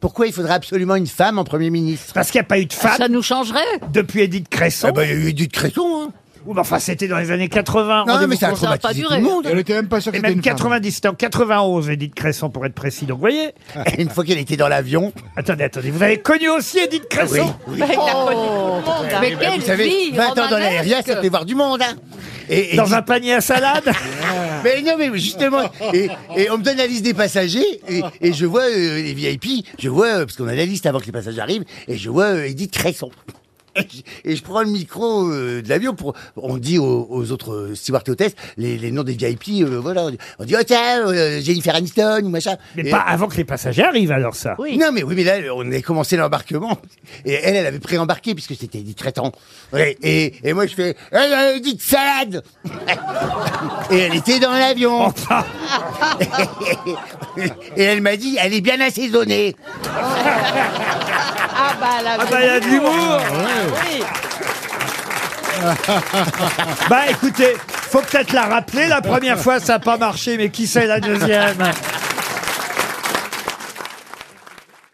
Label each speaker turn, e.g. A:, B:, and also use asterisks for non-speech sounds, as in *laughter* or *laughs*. A: pourquoi il faudrait absolument une femme en Premier ministre
B: Parce qu'il n'y a pas eu de femme
C: Ça nous changerait
B: depuis Edith Cresson.
A: Eh ben, il y a eu Edith Cresson, hein.
B: Ou ben, enfin, c'était dans les années
D: Ah,
B: 80.
A: Non,
B: rendez-vous
A: mais ça a
B: compte.
C: Ça a pas
A: traumatisé tout
C: duré.
A: le monde.
D: hein. Elle était même pas sûre que
B: Et
D: c'était
B: même
D: une
B: 90, c'était en 91, Edith Cresson, pour être précis. Donc, vous voyez,
A: *laughs* Une fois qu'elle était dans l'avion,
B: attendez, attendez, vous avez connu aussi Edith
A: Ah
B: Cresson
C: Mais quelle
A: vous savez,
C: vie
A: 20 ans dans l'aérien,
C: romanesque.
A: ça fait voir du monde. Hein. Et, et-
B: Dans un panier
A: *laughs*
B: à salade
A: Mais non, mais justement, et, et on me donne la liste des passagers, et, et je vois euh, les VIP, je vois, euh, parce qu'on a la liste avant que les passagers arrivent, et je vois euh, Edith Cresson. Et je- Et je prends le micro euh, de l'avion pour. On dit aux, aux autres euh, stewards et hôtesses les, les noms des VIP, euh, voilà. on dit- On dit, oh tiens, euh, Jennifer Aniston ou machin.
B: Mais
A: Et-
B: pas avant que les passagers arrivent, alors ça.
A: Non, mais oui, mais là, on a commencé l'embarquement. Et elle, elle avait pré-embarqué, puisque c'était Edith traitant. et, et moi, je fais, elle a Edith Salade *laughs* Et elle était dans
B: Oh.
A: l'avion. et elle m'a dit, elle est bien assaisonnée.
C: Ah bah la Ah,
B: Ah bah, il y a de l'humour Bah écoutez, faut peut-être la rappeler, la première fois ça n'a pas marché, mais qui sait la deuxième